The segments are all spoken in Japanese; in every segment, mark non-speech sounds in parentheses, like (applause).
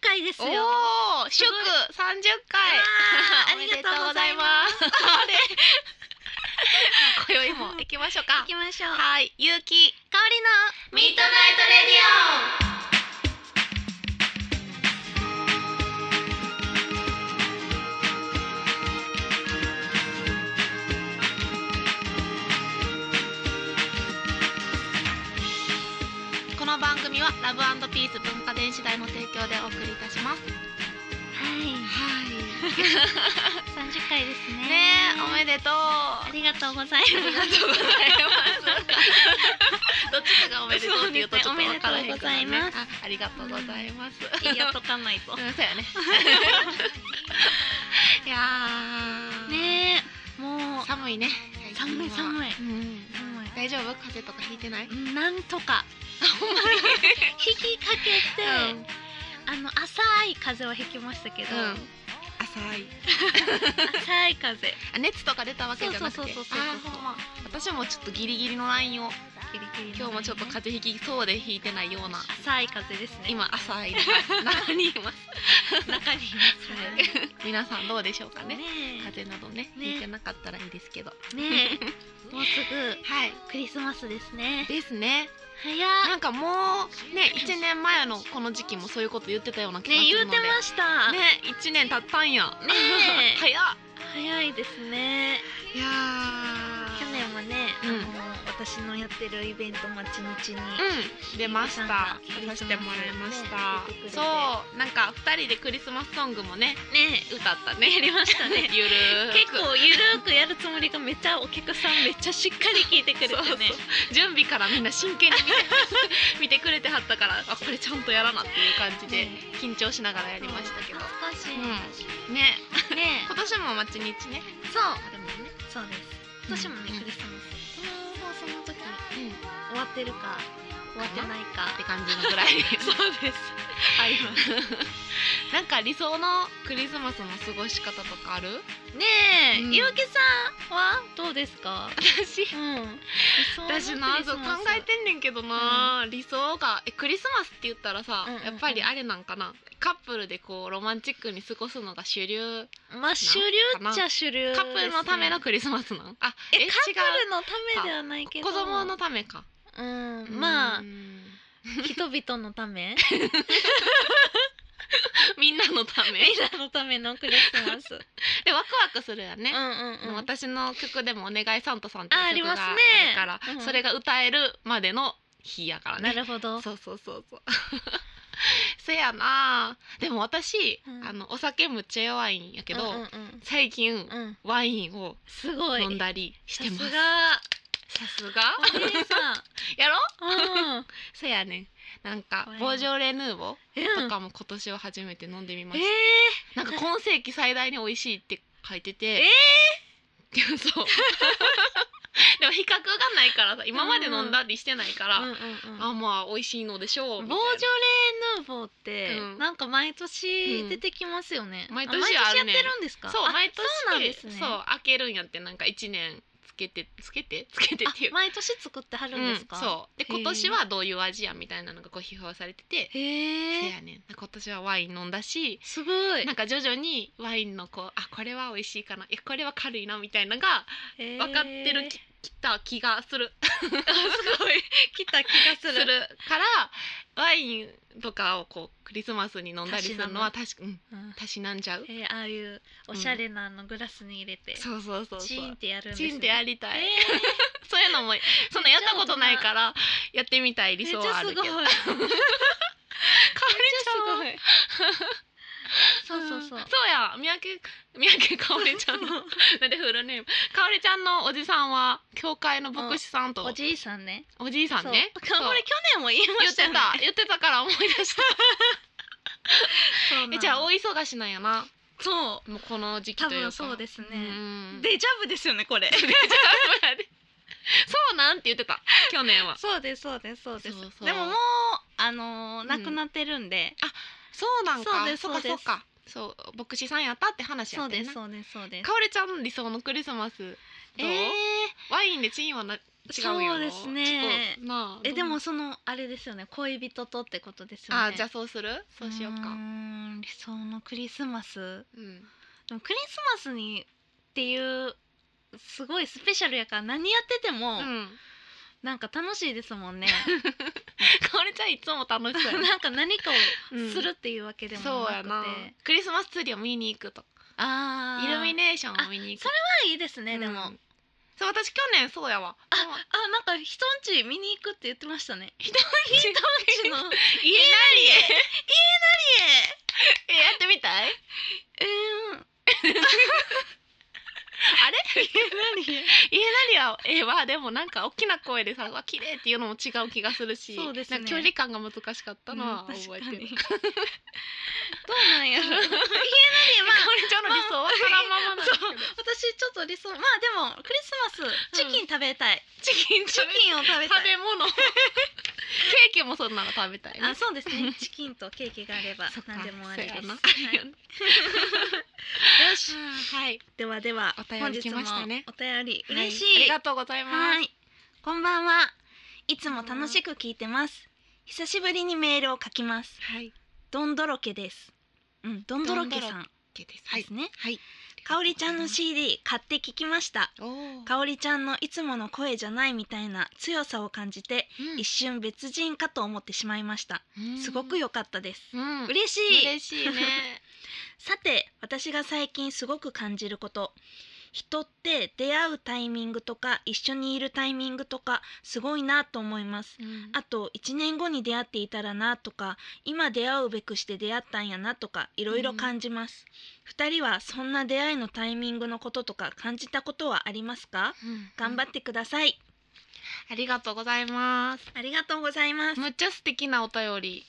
回ですおよ。おー、す祝ごい三十回わ。 (laughs) ーおめでとうございます。あれ、今宵も行き (laughs) ましょう行かき。ましょう。香はい、ゆうき。りのミッドナイトレディオ。この番組はラブピース文化電子台の提供でお送りいたします。ははい。い、三十回ですね。ねえ、おめでとう。ありがとうございありがまとうございます。 (laughs) どっちかがおめでとうって言うとちょっとわからへそうですねおめでんからとうございまねす。あありがとうございます。す。 (laughs) いいやとかないとうん、。そうやね。いやー、ねえ、もう寒いね。寒い寒いうん、寒い大丈夫？風邪とかひいてない？うんなんとか (laughs) 引きかけて、うんあの浅い風邪をひきましたけど、うん浅い。浅い風邪あ、熱とか出たわけじゃなくて。そうそうそうそうそうあーほんま私もちょっとギリギリのラインを。ギリギリのね今日もちょっと風邪ひきそうでひいてないような。浅い風ですね今浅い。中にい (laughs) ます。中にい (laughs) ますね皆さんどうでしょうかね。ね風邪などね、ねひいてなかったらいいですけど。えねえもうすぐはい。クリスマスですねですね。早っなんかもうね1年前のこの時期もそういうこと言ってたような気がねす言るうのてで。ました、ね1年経ったんや。ねえ (laughs) 早っ。早いですねいやー去年はね、うんあの私のやってるイベントまちまちに、うん出ました出させてもらいました、そうなんか2人でクリスマスソングもねねえ歌った (laughs) ねやりましたねゆるー結く構ゆるーくやるつもりがめっちゃお客さんめっちゃしっかり聞いてくれてねそうそう準備からみんな真剣に見て見てく (laughs) れてはったからあこれちゃんとやらなっていう感じでね緊張しながらやりましたけど、懐かしい、うん、ねね今年も町日ねそうあるもんねそうです今年もね、うんクリスマスこの放送の時にうんっ終わってるか終わってないかて感じのぐらい (laughs) そうですあります (laughs) なんか理想のクリスマスの過ごし方とかあるねえ、うんゆうきさんはどうですか (laughs) 私うん私なそう考えてんねんけどな、理想がえクリスマスって言ったらさ、うんうんうんやっぱりあれなんかなカップルでこうロマンチックに過ごすのが主流てまあ主流っちゃ主流ですカねップルのためのクリスマスなのあえ違うカップルのためではないけど子供のためかうんまうあん人々のためみんなのため (laughs) みんなのためのクリスマス。でワクワクするよね、うんうんうん。私の曲でも「お願いサンタさん」ってああいりうま曲すがねあるから、うんそれが歌えるまでの日やからねなるほど。そうそうそう (laughs) そう。せやな。でも私、うんあのお酒むっちゃ弱いんやけど、うんうん最近うんうん。ワインをすごい。飲んだりしてます。ささすすが。が。お姉さやろ？ん。うん。せやねん。なんかワインボージョレ・ヌーボえ (laughs) ーとかも今年は初めて飲んでみまえした。なんか今世紀最大に美味しいって書いてて。えー、 (laughs) そう。でも比較がないからさ、今まで飲んだりしてないから、うんうんうん。あまあ美味しいのでしょうボーみジたョいレな。ーヌーボーって、うんなんか毎年出てきますよね。うん毎年あるね毎年やってるんですか。そうあ毎年そうなんですね。そう開けるんやってなんか一年つけてつけてつけてっていうあ毎年作ってはるんですか。うん、そうでへー今年はどういう味やみたいなのがこう批評されててへせえ。やねん今年はワイン飲んだしすごいな。んか徐々にワインのこうあこれは美味しいかないやこれは軽いなみたいなのが分分かってるき、きた気 (laughs) がするすごい。来た気がすする。るからワインとかをこうクリスマスに飲んだりするのは確かにうんたしなんじゃうえー、ああいうおしゃれなあのグラスに入れて、そうそうそうそうチンってやるんですよチンでやりたい、え (laughs) そういうのもそんなやったことないからやってみたいー理想はあるけどめっちゃすごいかおりめっちゃすごい (laughs) そうそうそうそうや三宅三宅かおりちゃんのなんでフルネームかおりちゃんのおじさんは教会の牧師さんとおじいさんねおじいさんねそうそうこれ去年も言いま言っしたてねた言ってたから思い出 (laughs) したそうなえんじゃあ大忙しなんやなそうもうこの時期多というか分そうですねうんデジャブですよねこれそうなんって言ってた去年は (laughs) そうですそうですそうですそうそうでももうあのー、なくなってるんで、そうなんかそうですそっかうそでっすかそう牧師さんやったって話やそっうてでんすなそうですそうですかおれちゃんの理想のクリスマスどう、えーワインでチンはな違うんやろそうですねちょっとなあえどんでもそのあれですよね恋人とってことですよねあじゃあそうするそうしようーかん理想のクリスマスうんでもクリスマスにっていうすごいスペシャルやから何やってても、うんなんか楽しいですもんねかおりちゃんいつも楽 (laughs) しそうや (laughs) ななんか何かをうんするっていうわけでもそうなやくて、なクリスマスツリーを見に行くとあーイルミネーションを見に行くああいいですね、でもうあんそう私去年そうやわでもなんか人んち見に行くって言ってました (laughs) ね人んち人んちの家なり (laughs) えやってみたいえ (laughs) ーうんあれ家なりはえはでもなんか大きな声でさ「わ綺麗っていうのも違う気がするしそうですねなんか距離感が難しかったのはうん覚えてる、 (laughs) 確かにどうなんやろ (laughs) 家なりまあかおりちゃんの理想はそらままなんですけど、私ちょっと理想まあでもクリスマスチキン食べたい、チキンチキンを食べた食いべ物 (laughs) ケーキもそんなの食べたいねあそうですねチキンとケーキがあればそっか何でもありです、そはうやな、いうんよしはいではではお便り来ましたね本日もお便り嬉しはいありがとうございますはいこんばんはいつも楽しく聞いてます久しぶりにメールを書きますはいどんどろけですうんどんどろけどさん OK ですはでいすね、はいかおりちゃんの CD 買って聞きましたおーかおりちゃんのいつもの声じゃないみたいな強さを感じてうん一瞬別人かと思ってしまいましたうんすごく良かったですうん嬉しい嬉しい (laughs) ねさて私が最近すごく感じること人って出会うタイミングとか一緒にいるタイミングとかすごいなと思いますうんあと1年後に出会っていたらなとか今出会うべくして出会ったんやなとかいろいろ感じます、二人はそんな出会いのタイミングのこととか感じたことはありますかうん頑張ってください、ありがとうございますありがとうございますねむっちゃ素敵なお便り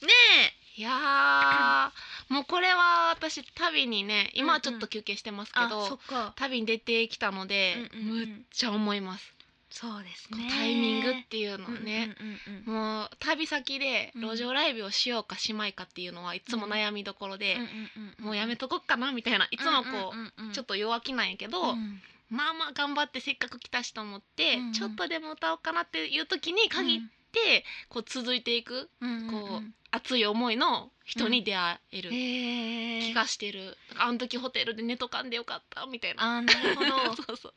えいやーもうこれは私旅にね今はちょっと休憩してますけど、あそっか旅に出てきたので、うんうんうんむっちゃ思います、そうですこうねタイミングっていうのはね、うんうんうんうんもう旅先でうん路上ライブをしようかしまいかっていうのはいつも悩みどころで、もうやめてとこっかなみたいないつもこう,、ちょっとと弱気なんやけど、まあまあ頑張ってせっかく来たしと思って、うんうんちょっとでも歌おうかなっていう時に限って、こう続いていくこ熱い思いの人に出会える気気がしてる、なんかあの時ホテルで寝とかんでよかったみたいな。あーなるほど (laughs) そうそう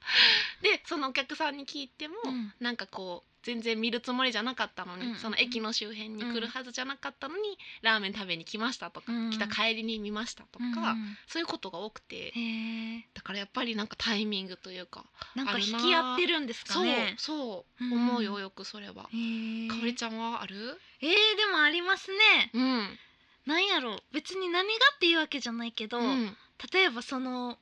でそのお客さんに聞いても、うんなんかこう全然見るつもりじゃなかったのに、うんその駅の周辺に来るはずじゃなかったのに、ラーメン食べに来ましたとか、うん来た帰りに見ましたとか、うんそういうことが多くてへーだからやっぱりなんかタイミングというか、なんか引き合ってるんですかそうねそううん思うよよくそれは。へーかおりちゃんはある、えーでもありますねうんなんやろ別に何がっていうわけじゃないけどうん例えばその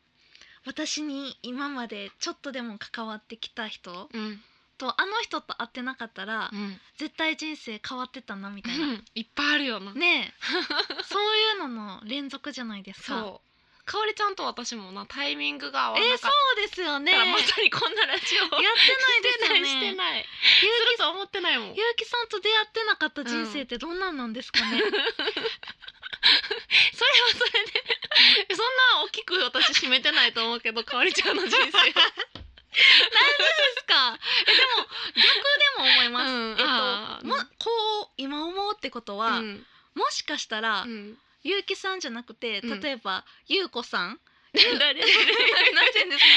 私に今までちょっとでも関わってきた人うんとあの人と会ってなかったらうん絶対人生変わってたなみたいな (laughs) うんいっぱいあるよな。ねえ (laughs) そういうのの連続じゃないですかそう。かおりちゃんと私もなタイミングが合わえー、なかっそたうですよね。かやら、ってないまさにこんなラジオをですよね。してないしてない。ゆすうると思ってないもん。きゆうきさんと出会ってなかった人生ってどんなんなんですかね。それはそれで (laughs) そんな大きく私締めてないと思うけどかおりちゃんの人生 (laughs) ですか。えでも逆でも思います。うんえっあーともこう今思うってことは、うんもしかしたら、うんゆうきさんじゃなくてうん例えば、ゆうこ (laughs) さん。誰なんて言うんですか。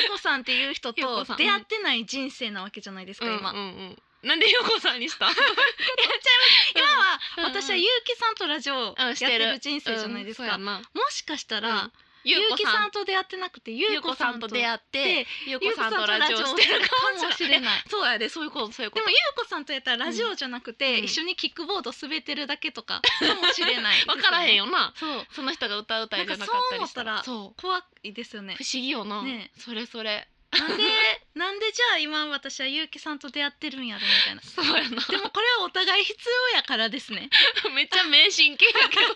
ゆうこさんっていう人ゆうことさん出会ってない人生なわけじゃないですか、今うんうんうんなんでゆうこさんにした今は、うんう (laughs) ん私はゆうきさんとラジオをやってる人生じゃないですか、うんそうやなもしかしたら、うんゆゆううこきささんんと出会ってなくてゆゆううここささんんとと出出会会っっててゆうゆうここささんんととララジジオオししててるるかかももししれれなないいそうやでそういうことそういうこでともゆうこさんとやったらラジオじゃなくて、うん一緒にキックボード滑ってるだけとかかもしれない、 (laughs) わからへんよなそうその人が歌う歌いじゃなかったりしたなんかそう怖いですよね不思議よな、ねそれそれなんでなんでじゃあ今私はゆうきさんと出会ってるんやろみたいなそうやな (laughs) でもこれはお互い必要やからですねめっちゃ迷信系やけど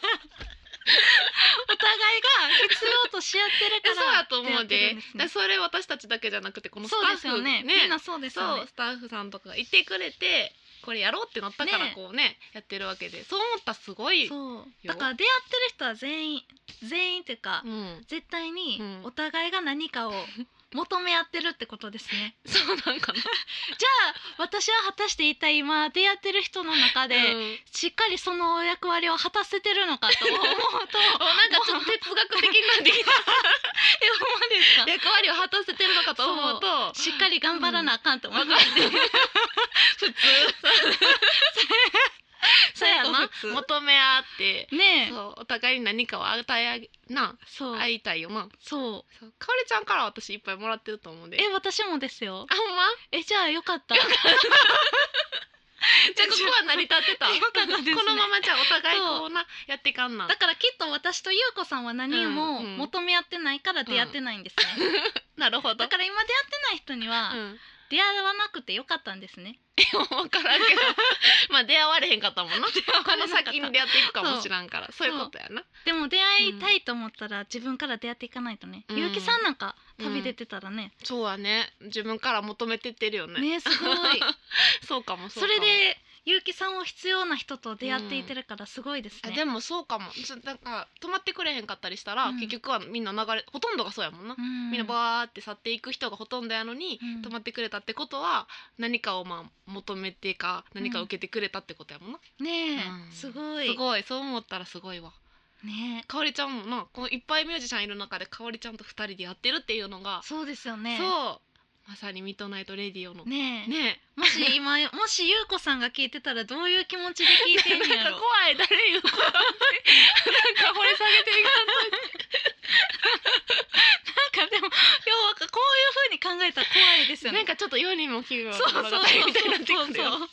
お互いが必要とし合ってるかそうらやと思う出会ってでるんすだからねそれ私たちだけじゃなくてこのスそうタですッよフねみんなそうですよそうねスタッフさんとかがいてくれてこれやろうってなったからねこうねやってるわけでそう思ったらすごいそうよだから出会ってる人は全員全員っていうか、うん絶対にうんお互いが何かを求め合ってるってことです (laughs) ね。そうなんかなじゃあ私は果たして一体今出会ってる人の中で、うんしっかりその役割を果たせてるのかと (laughs) 思うとおなんかちょっと哲学的になってきたえほんまですか役割を果たせてるのかと思うと (laughs) しっかり頑張らなあかんと思って、普通そうやな普通求め合って (laughs) ねえそうお互いに何かを与えあげなそう会いたいよなそうそうかおりちゃんから私いっぱいもらってると思うんでえ私もですよあほんまえじゃあよかったじゃあここは成り立っ (laughs) てたよかったですねこのままじゃお互いこうなやっていかんなだからきっと私と優子さんは何もうんうん求め合ってないから出会ってないんですね、なるほどだから今出会ってない人にはうん (laughs) 出会わなくてよかったんですね、分からん (laughs) けどまあ出会われへんかったもんなこの先に出会っていくかもしらんからそうういうことやなでも出会いたいと思ったら自分から出会っていかないとね、うん結城さんなんか旅出てたらね、そうやね自分から求めてってるよねねす (laughs) ごいそうかもそうかれもで結城さんを必要な人と出会っていてるからすごいですあね、でもそうかもちょなんか止まってくれへんかったりしたら、うん結局はみんな流れほとんどがそうやもんな、うんみんなバーって去っていく人がほとんどやのに、うん止まってくれたってことは何かをまあ求めてか何かを受けてくれたってことやもんな、ねえ、うんすごいすごいそう思ったらすごいわねえかおりちゃんもなこのいっぱいミュージシャンいる中でかおりちゃんと二人でやってるっていうのが、そうですよねそうまさにミッドナイトレディオのねねえもねし今もし優子さんが聞いてたらどういう気持ちで聞いてんなんのや (laughs) かろ怖い誰言う子なんてなんか掘り下げていかんとなんかでも要はこういう風に考えたら怖いですよね。なんかちょっと世にも奇妙なそうそう物そ語うみたいになってくるよそうも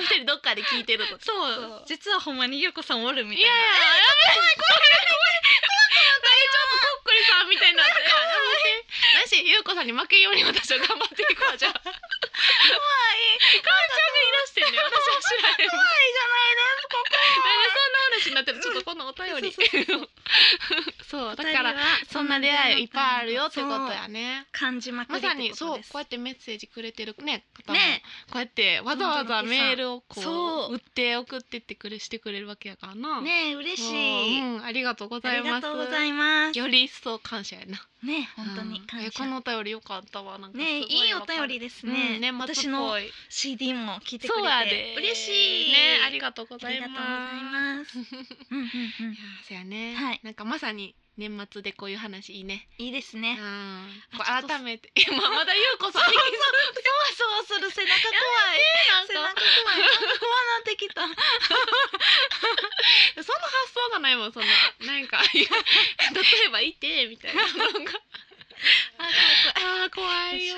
う一人どっかで聞いてるとそうそう実はほんまに優子さんおるみたいいやいやな。こっくりさんみたいになってやめてなし優子さんに負けんように私は頑張っていくわじゃあかおりちゃんがいらしてんね私は知らへん怖いじゃないですここなんでそんな話になってるちょっとこのお便り (laughs) そうだからそんな出会いいっぱいあるよってことやね感じまくりまってさにこそとうでこす。うやってメッセージくれてるね方もねこうやってわざわざメールをこそうう売って送ってってくれしてくれるわけやからな。ねえ嬉しい。うん、ありがとうござあいりがます。とうございます。より一層感謝やな。ねえ本当に感うんえ謝。このお便り良かったわ。なんかねえすごいいおわかる便りですうん、ね。年私末っのぽい。 CD も聞いてくそうやれでて。嬉しい。ねえありがとうございます。ありがとうございます。うんうんうんいやー、そやね、はいなんかまさに年末でこういう話いいね。いいですうね。ん。こあちょっとう改めて、 (laughs) えままだ優子さん。そわそわする背中怖い。背中怖い。なんか怖なってきた。その発想がないもん、そんな、な (laughs) んか、いや例えばいてみたいなのが。あー、怖いよ。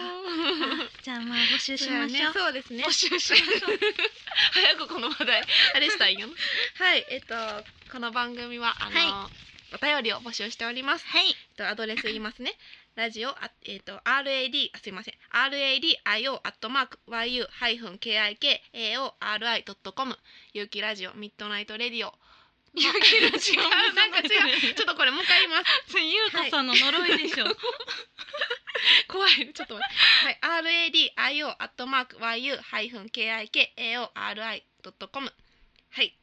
(laughs) じゃあまあ募集しましょう。そうですね募。集しましょう。 (laughs) 早くこの話題、あれしたいよな。 (laughs) はい、えっと、この番組は、あの、お便りを募集しております。はい。えっと、アドレス言いますね。 (laughs) ラジオ、あえっと、RAD、あすいません。RADIO、アットマーク、YU-KIKAORI.com。有機ラジオ、ミッドナイトレディオ。ゆきの違あ (laughs) なんか違 (laughs) う。ちょっとこれもう一回言います。優子さんの呪いでしょ。怖いちょっと待ってはい RADIO アットマーク YU ハイフン KIKAORI ドットコムはい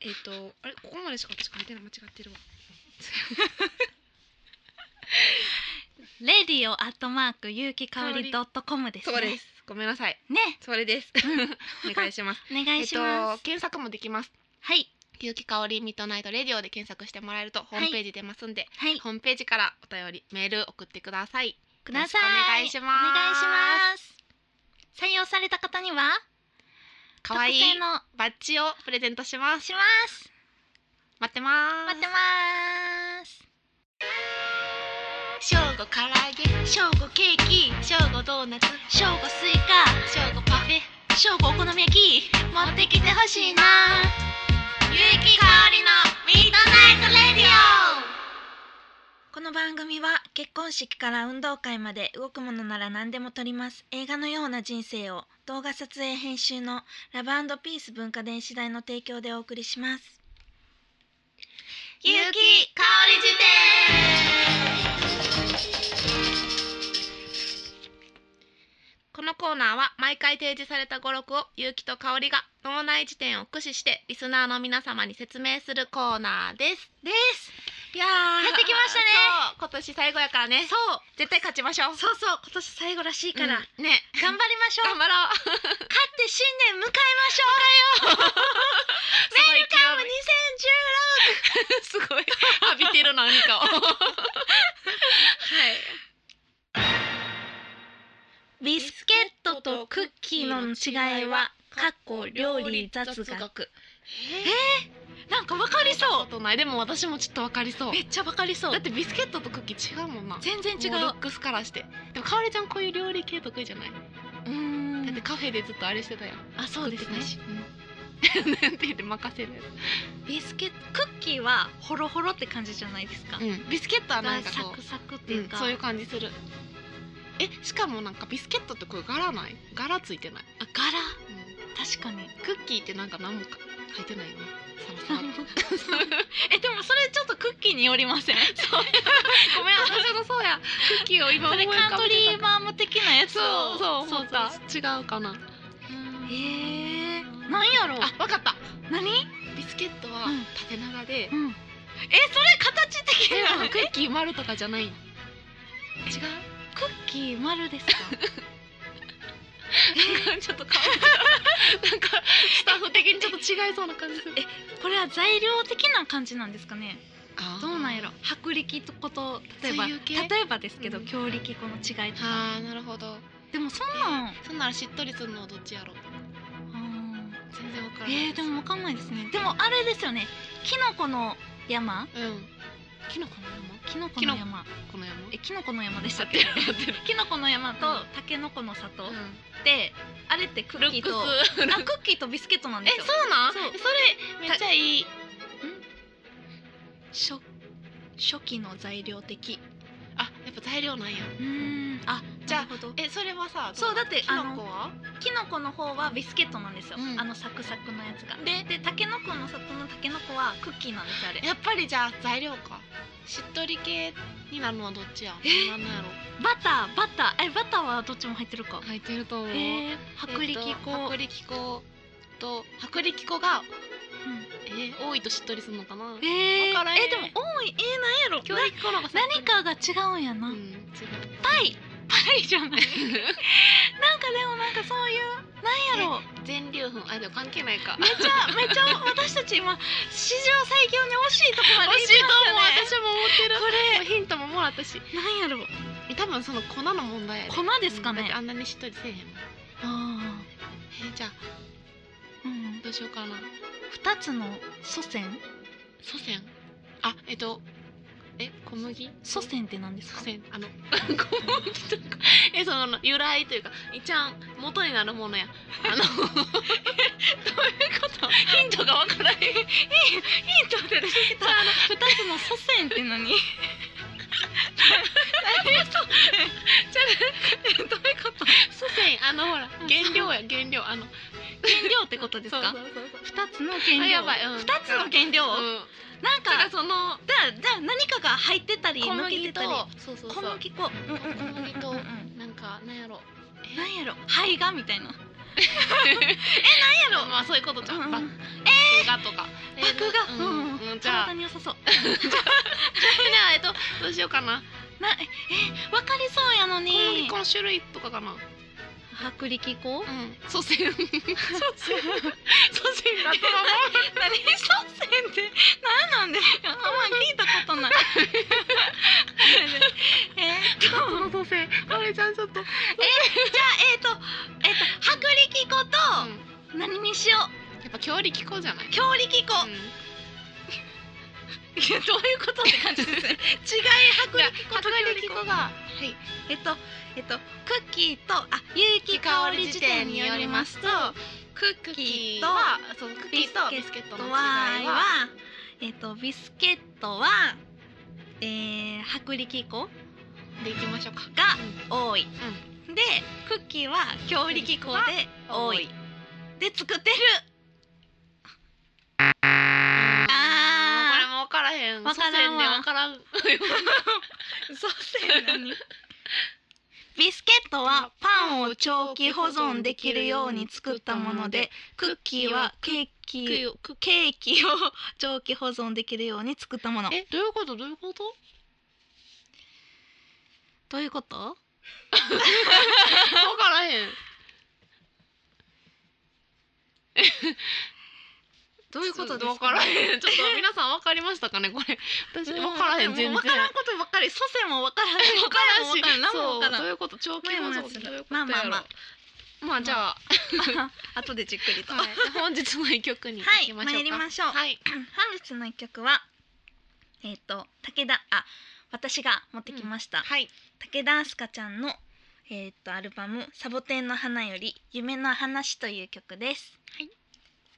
えっ、とあれここまでしか私書いてない間違ってるわレディオアットマークゆうきかおりドットコムですそうでね。すごめんなさいねそれですお願いしますお願いしまえっ、す。と検索もできますはいゆうきかおりミッドナイトレディオで検索してもらえるとホームページ出ますんで、はいホームページからお便りメール送ってくださいください。よろしくお願いしまおす願いします。採用された方にはかわいい特製のバッジをプレゼントしますします。待ってます待ってます。正午唐揚げ正午ケーキ正午ドーナツ正午スイカ正午パフェ正午お好み焼き持ってきてほしいなゆうきかおりのミッドナイトレディこの番組は結婚式から運動会まで動くものなら何でも撮ります映画のような人生を動画撮影編集のラブピース文化電子台の提供でお送りしますゆうきかおり辞このコーナーは毎回提示された語録を結城と香りが脳内辞典を駆使してリスナーの皆様に説明するコーナーですですいややってきましたねそう今年最後やからねそう絶対勝ちましょうそうそう今年最後らしいから、うんね頑張りましょう頑張ろう勝って新年迎えましょメールカうムすごい浴びてるな何かを (laughs) は2016いビスケットとクッキーの違いはかっこ料理雑学えーなんかわかりそうとないでも私もちょっとわかりそうめっちゃわかりそうだってビスケットとクッキー違うもんな全然違もうルックスからしてでもかおりちゃんこういう料理系得意じゃない、うーんだってカフェでずっとあれしてたやんあそうですね食ってたし (laughs) なんて言って任せるやビスケットクッキーはホロホロって感じじゃないですか、つ、ビスケットはなんかサこクサクっう、てういうんか、そういう感じするえしかもなんかビスケットってこれ柄ない柄ついてない、あ柄確かにクッキーってなんか何もか入ってないよね (laughs) サラサラえでもそれちょっとクッキーによりませんごめん私のそうやクッキーを今そ思いれ浮カかントべリてーマーム的なやたつそうをそう思った想像し違うかなへえなんやろあわかった何ビスケットはうん縦長で、うん、えそれ形的でなもクッキー丸とかじゃないの違うクッキー丸ですかなんかちょっと変わったなんかスタッフ的にちょっと違いそうな感じするえこれは材料的な感じなんですかねどどううななんやんやろろ薄力とこと例えばそういう系例えばですけど、うん強力粉の違いとかあーなるほどでもそんなん、そんならしっとりするのはどっちやろうあ全然わかーらないえー、でもわかんないですねでもあれですよねキノコの山うんキノコのキノコの山山この山えキノコの山でしたっけ合ってるキノコの山とうんタケノコの里っうんて、あれってクッキーとあスクッキーとビスケットなんでえすよそうなんそそうれめっちゃいい初初期の材料的あやっぱ材料なんやうーんあじゃあなるほどえそれはさそうだってキノコはキノコの方はビスケットなんですよ、うんあのサクサクのやつがででタケノコの里のタケノコはクッキーなんですよあれやっぱりじゃあ材料かしっとり系になるのはどっちやえなんなんやろバターバターえバターはどっちも入ってるか入ってると思うへえ薄力えっと粉、薄力粉と薄力粉が、んえー多いとしっとりするのかなえー、えわからんでも多いえー、なんやろ強力粉の方がな何かが違うんやな、うん違うパイパイ (laughs) じゃないなんかでもなんかそういうなんやろ全粒粉あでも関係ない (laughs) かめちゃめちゃ私たち今史上最強に惜しいとこまで行ってますよね私も思ってるここれヒントももらったしなんやろ多分その粉の問題やで粉ですかねうんだってあんなにしっとりせえへんもんあえーじゃあーうんどうしようかな二つの祖先祖先あえっとえ小麦祖先って何ですか祖先あの (laughs) 小麦とかえその由来というかいちゃん元になるものやあの (laughs) どういう (laughs) ことヒントがわからへんヒントで出てきたあの二つの祖先って何どういうこと祖先あのほら原料や原料あの (laughs) 原料ってことですそうそうかそうそう二つの原あ料やばい、うん、二つの原料、うんなんだからかそのじゃあじゃあ何かが入ってたり小抜け麦てとたりそうそうそ小う麦粉うんうんうんうんうん小麦とうんなんかなんやろなんやろ胚芽みたいななんやろまあそういうことじゃん、うんうんば爆芽とか爆え芽ーうんうん、じゃあ体に良さ (laughs) そうじゃあえっとどうしようかななええわかりそうやの小麦に粉の種類とかかなうん薄力粉祖先 (laughs) 祖先祖先だと (laughs) 何祖先って何なんですかあんま聞いたこと (laughs) ないえーっとその祖先あれちゃんちょっとうんじゃあえーっとえーっと薄力粉とや何にしよっぱ強力粉じゃないう強力粉、ういんや (laughs) どういうことって感じですね違い薄じ力ゃあ粉と強薄力力粉粉ががはいえっとえっとクッキーとあ有機機香香りり辞辞典典にによよりりまますすととクッキーとはそのクッキーとビビススケットとの違いわいははえっとビスケットはえー、薄力粉でいきましょうかがうん多い、でクッキーは強力粉で多いで作ってるああーこれも分からへんわからんわ祖先で分からん (laughs) そうせ何ビスケットはパパンを長期保存できるように作ったものでクッキーはケークッキキーをクッキケーキを長期保存できるように作ったものーえどういうことどういうことどういうこと分からへんどういうことです分からへんちょっと皆さん分かりましたかねこれ私分からへん全然分からんことばっかり祖先も分から (laughs) んし分からんし答えも分からん何も分からんそうどういうこと長期保存ってどういうことまやあろまあままあじゃあ、あ (laughs) 後でじっくりと、はい本日の一曲に行はいきましょうか参りましょうはい本日の一曲はえっ、と武田あ私が持ってきました、はい武田明日香ちゃんのえっ、とアルバムサボテンの花より夢の話という曲ですはい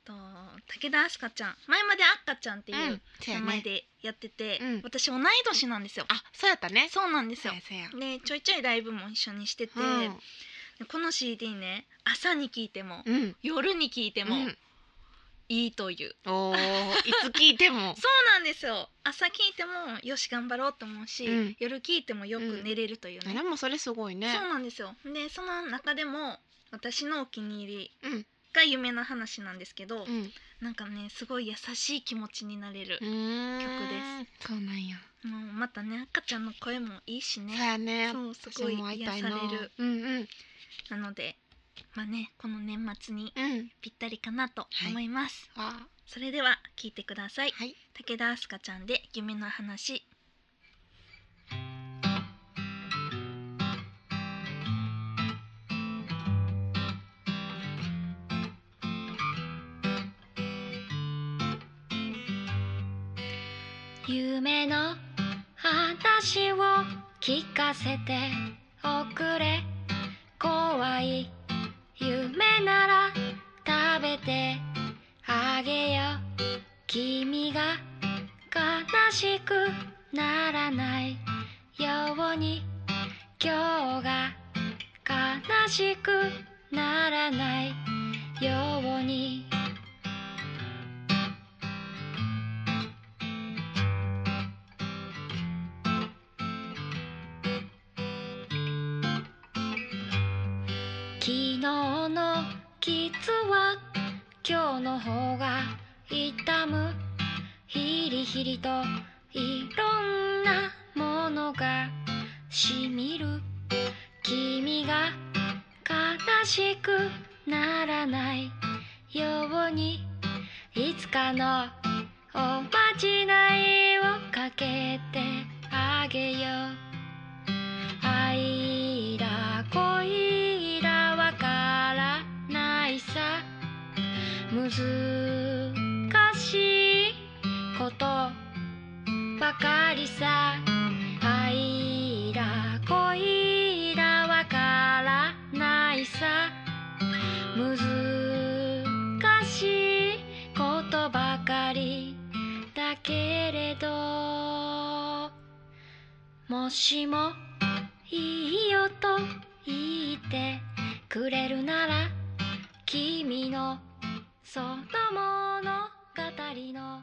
と武田明日香ちゃん前まであっかちゃんってういんうそ名うや前ねでやってて、うん私同い年なんですよあそうやったねそうなんですそうよやそうやでちょいちょいライブも一緒にしてて、でこの CD ね朝に聴いても、うんうん夜に聴いてでもいいという、おーいつ聞いても (laughs) そうなんですよ朝聴いてもよし頑張ろうと思うし、うん夜聴いてもよく寝れるというね、でもそれすごいねそうなんですよでその中でも私のお気に入りうんが夢の話なんですけど、うんなんかねすごい優しい気持ちになれるう、ーん曲ですそうなんやもうまたね赤ちゃんの声もいいしそうねやねそうすごい私も会癒たさいれなるうんうんなのでまあねこの年末にうんぴったりかなと思います、あそれでは聞いてくださいはい武田明日香ちゃんで夢の話夢の話を聞かせておくれ怖い夢なら食べてあげよ君が悲しくならないように今日が悲しくならないように昨日の傷は今日の方が痛むヒリヒリといろんなものがしみる君が悲しくならないようにいつかのおまじないをかけてあげよう愛だ恋だわからないさ難しいことばかりさ愛だ恋だわからないさ難しいことばかりだけれどもしもいいよと言ってくれるなら君のその物語の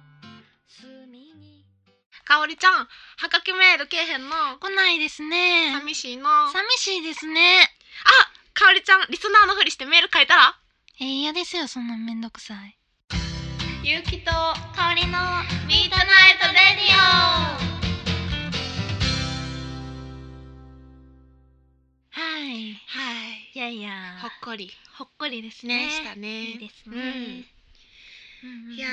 隅にかおりちゃんはがきメールけえへんの来ないですね寂しいな寂しいですねかおりちゃんリスナーのふりしてメール書いたらえー嫌ですよそんなめんどくさいゆうきと香りのミートナイトレディはいいはいやいやほっこりほっこりですねねしたねいいですね、うんうんうんいや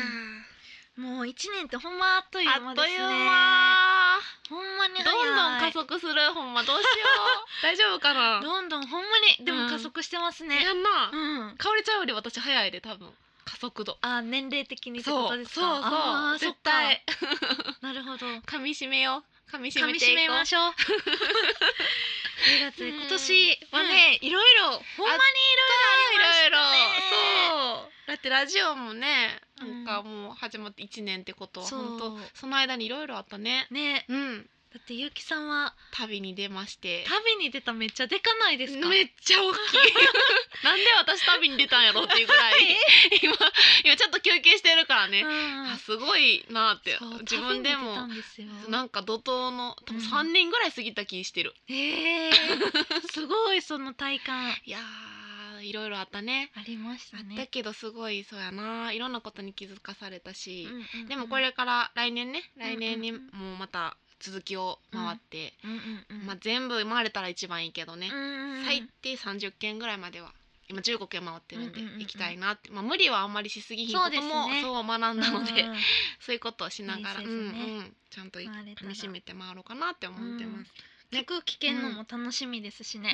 もう一年ってほんまあっというーあ間っでとすいねう間ほんまにど早いんどん加速するほんまどうしよう (laughs) 大丈夫かなどんどんほんまにでも加速してますねやんなうん、かおりちゃんより私早いで多分加速度あ年齢的にってこそとうですかそうあそうーそっ絶か対 (laughs) (laughs) なるほど噛み締めよう噛み締噛めみて締いこめうまし (laughs) ょう10月うん今年はね、いろいろほんまにいろいろいいろろありましたねそうだってラジオもねうなんんかもう始まって1年ってことはそう本当その間にいろいろあったねねうんだってゆうきさんは旅に出まして旅に出ためっちゃでかないですかめっちゃ大きい (laughs) なんで私旅に出たんやろっていうぐらい今今ちょっと休憩してるからね、あすごいなってそう自分で旅もに出たんですよなんか怒涛の多分うん3年ぐらい過ぎた気してる、えー、 (laughs) すごいその体感いやーいろいろあったねありましあたったね。けどすごいそうやないろんなことに気づかされたし、うんうんうんでもこ、れから来年ねんうんうん来年にもうまた続きを回って、うんうんうんまあ、全部回れたら一番いいけどね、うんうんうん最低30件ぐらいまでは今15件回ってるんでうんうんうんうん行きたいなって、まあ、無理はあんまりしすぎひんこそともそうう,、ですね学んだので、うんうんそういうことをしながら、大うん事うですねん、ちゃんとい回れた踏らみしめて回ろうかなって思ってます。曲聞けんのも楽しみですしうんね。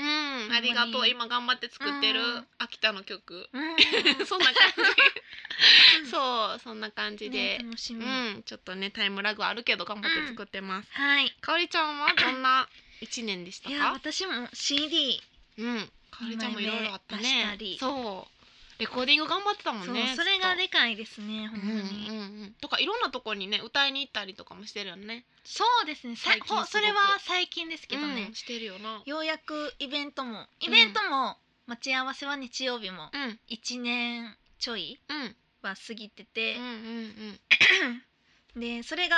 ありがほとんまうに今頑張って作ってるうん秋田の曲うんうん (laughs) そんな感うんじそうそんな感じねで、楽しみ。うんちょっとねタイムラグはあるけど頑張って作ってます、はい。かおりちゃんはどんな一年でしたいやか私も CD うんかおりちゃんもいろいろあった二枚目出したねりそうレコーディング頑張ってたもそんうねそれがずっでかいですねと本当うに。んうんうんとかいろんなとこにね歌いに行ったりとかもしてるよねそうですね。さ最近すごほくそれは最近ですけどうねん。してるよなようやくイベントもイベントも待ち合わせは日曜日もうんうん一年ちょいうんは過ぎててうん、うんでそれが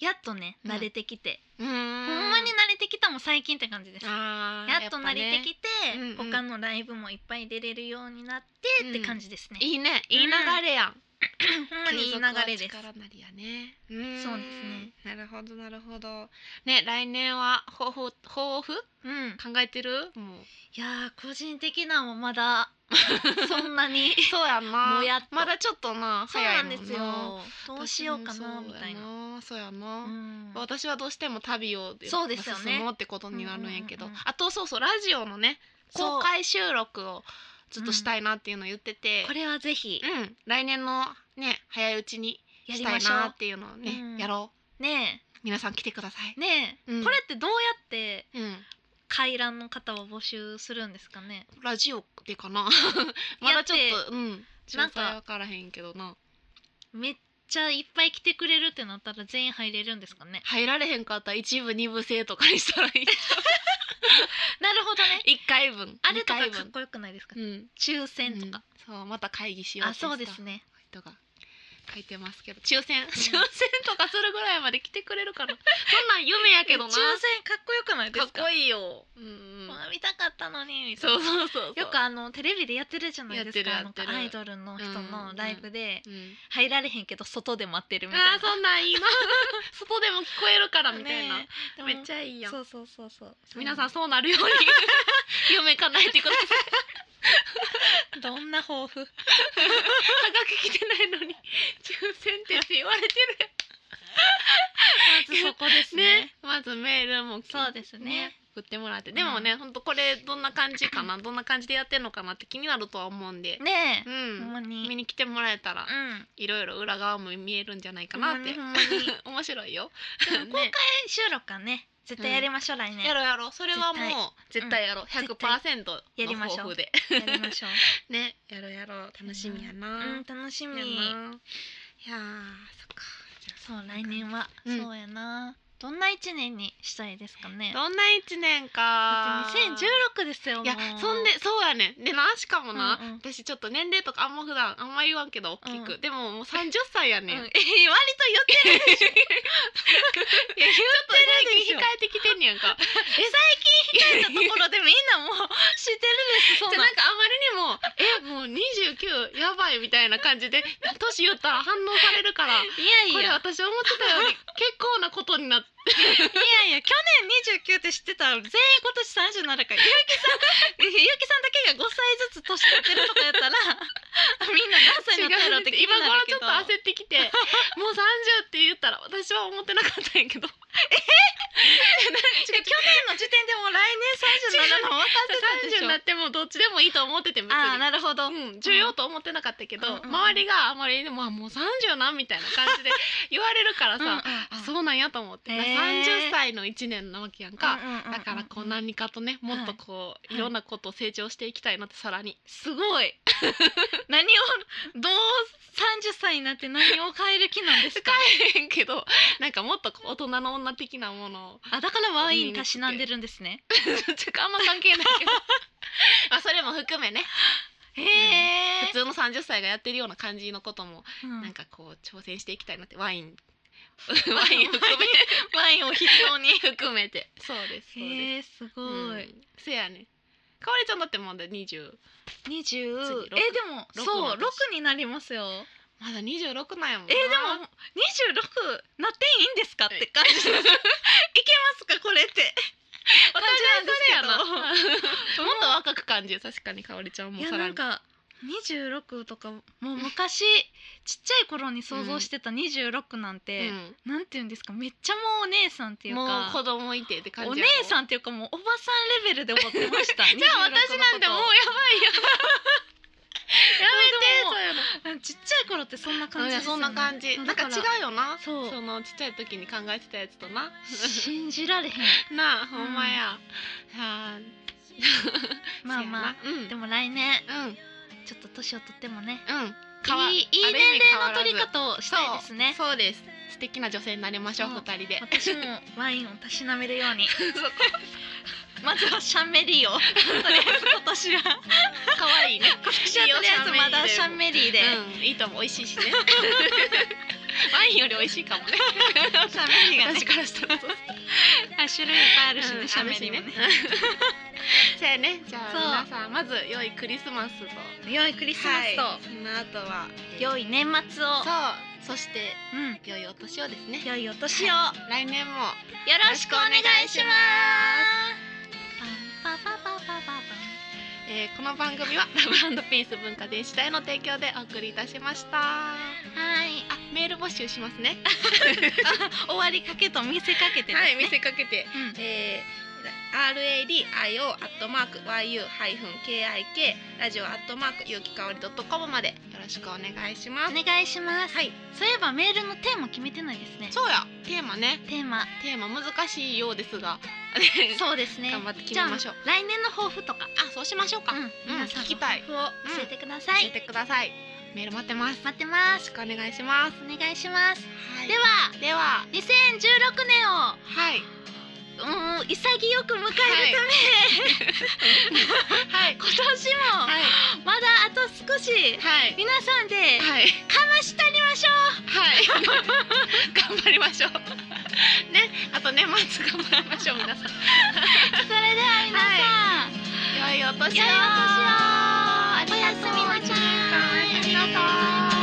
やっとねうん慣れてきて、うんほほんまに慣れてきたもん最近って感じです。やあーっと慣れてきて、ぱねうんうん他のライブもいっぱい出れるようになってって感じですね。いいねいい流れやん、ほんまにいい流れです継。続は力なりやねうんそうですねなるほどなるほどね来年は抱負抱負うん、考えてるもういやー個人的なもま (laughs) だそんなにそうやんなもやっとまだちょっとなそう早ないんもんなですよ。どうしようかなみたいな。なそうやな、うん私はどうしても旅をそうですよね進もうってことになるんやけど、うんうんうんうんあとそうそうラジオのねそう公開収録をずっとしたいなっていうのを言ってて、これはぜひうん来年のね早いうちにやしりたまいしょなっていうのをね、うんやろう。ねう皆さん来てくださいえ、ねえ、うんこれってどうやってうん、回覧の方を募集するんですかね。ラジオでか (laughs) なまだちょっとうん詳なん細か分からへんけどなめっちゃいっぱい来てくれるってなったら全員入れるんですかね。入られへんかったら一部二部制とかにし (laughs) たらいいなるほどね。一回分あれとか二回かっ分こよくないですか。うん抽選とか。うんそうまた会議しようあ、そうですね。ね人が書いてますけど抽選抽選とかするぐらいまで来てくれるかな (laughs) そんなん夢やけどな抽選かっこよくないですか。かっこいいよ、うんうん、わあ見たかったのにみたいなそうそうそうそうよくあのテレビでやってるじゃないですかやなってんるやってかるアイドルの人のライブでうん、入られへんけど外で待ってるみたいなあーそんなんいいな (laughs) 外でも聞こえるからみたいな、ねえでもめっちゃいいやんそうそうそうそう皆さんそそうなるよ (laughs) うに夢叶えてくださ (laughs) いうどんな抱負はがき来てないのに抽選ってって言われてる (laughs) まずそこですねね、まずメールもきそうですね送ってもらってでもね、ほんとこれどんな感じか (clears throat) などんな感じでやってんのかなって気になるとは思うんで、ねえ、ほうんんま見にに来てもらえたらうんいろいろ裏側も見えるんじゃないかなってほん (laughs) まにほんまに面白いよでも公開 (laughs) ね収録はね絶対やりましょう、来年やろうやろうそれはもう絶対絶対やろう絶100%対やりのましょう抱負で (laughs) やりましょう (laughs) ねやろうやろう楽しみやな、うん楽しみやないやーそっかじゃそう来年は、うんそうやなどんな一年にしたいですかねあどんな一年だかって2016ですよいやもうそんでそうやねんでなしかもな、うんうん私ちょっと年齢とかあんま普段あんま言わんけど大きく、うでももう30歳やうん、えねん、 (laughs) 割ちょっと言ってるでしょと最言ってるでし近ょ控えてきてんねや (laughs) んかえ最近控えたところでみんなもう知ってるんですそ (laughs) じうゃななんんかあまりにも「えもう29やばい」みたいな感じで年言ったら反応されるからいやいこれや私思ってた (laughs) より結構なことになっていやいや去年29って知ってたら全員今年30になるからゆうきさんゆうきさんだけが5歳ずつ年取ってるとかや (laughs) ったらみんな何歳になったやろって気に今な頃るちけょっどと焦ってきてもう30って言ったら私は思ってなかったんやけど違う去年の時点でもう来年30になるの分かってたでし30にょなってもどっちでもいいと思ってて別にああなるほど、うん、重要と思ってなかったけど、うんうんうん周りがあまりにもあもう30なんみたいな感じで (laughs) 言われるからさ、うんうんうんあそうなんやと思って、へー30歳の1年なわけやんか、うんうんうんうんだからこう何かとねもっとこう、はいい、ろんなことを成長していきたいなってさらに、すご (laughs) い何をどう30歳になって何を変える気なんです使か (laughs) えへんけどなんかもっとこう大人の女的なものを (laughs) のあだからワインたしなんでるんですね。てかあんま関係ない (laughs) けどまあそれも含めねへ普通の30歳がやってるような感じのこともうんなんかこう挑戦していきたいなって (laughs) ワインワイン含めワインを必要に含めてそうですそうです、へえすごうい。んせやねかおりちゃんだってまだ20二十え六でも六そうの六年になりますよ。まだ26なんやもんえでも二十六なっていいんですかっはいて感じ (laughs) です。いけますかこれ (laughs) って。お互いそれやなど (laughs) もっと若く感じる確かにかおりちゃんもいやさらなにんか26とかもう昔ちっちゃい頃に想像してた26なんうて、んなんていうんですかめっちゃもうお姉さんっていうもうか子供いてって感おじ姉やろさんっていうかもうおばさんレベルで思ってました (laughs) じゃあ私なんてもうやばいよやめてうちっちゃい頃ってそんなそう感いうじですよのそんねな感じなんか違うよなそうのちっちゃい時に考えてたやつとな信じ (laughs) られへんなあほんまや、はあまあまああうんでも来年うんちょっと年をとってもねうんいいいい年齢の取り方をしたいですねそうそうです素敵な女性になりましょうそう二人で私もワインをたしなめるよう (laughs) にそうまずはシャンメリーをとりあえず今年は可愛いね今年はとりあえずまだシャンメリーで、うんいいと思う美味しいしね (laughs) ワインより美味しいかもねシャンメリーがね私からしたらそうあ種類いっぱ (laughs) いあるしね、うんシャンメリーもね (laughs) そうやねじゃそうあ皆さんまず良いクリスマスと良いクリスマスと、はいその後は良いい年末をそうそしてうん良いお年をですね良いお年をよ来年もろしくお願いしますパンパパパパパえーこの番組は (laughs) ラブピース文化電子台の提供でお送りいたしましたあパンはいメール募集しますねあ終わりかけと見せかけてですね、はい見せかけてうんえー、RADIO アットマーク YU ハイフン KIK ラジオアットマーク有機香りドットコムまでよろしくお願いします。お願いします、はい。そういえばメールのテーマ決めてないですねそうやテーマねテーマテーマ難しいようです (laughs) がそうですね頑張って決めましょう。じゃあ来年の抱負とかあそうしましょうか。うん皆さんの聞きたい。抱負を教えてください、教えてください。メール待ってます。よ待ってまろすしくお願いします。お願いしますはいではでは2016年をはいうん潔く迎えるため、はい今年も、はいまだあと少しはい皆さんではいかましたりましょはい。 (laughs) 頑張りましょう。ね、あと年末頑張りましょう皆さん。うそれでは皆さん、良いお良い年を。お年をおやすみなさいおやすみなさい。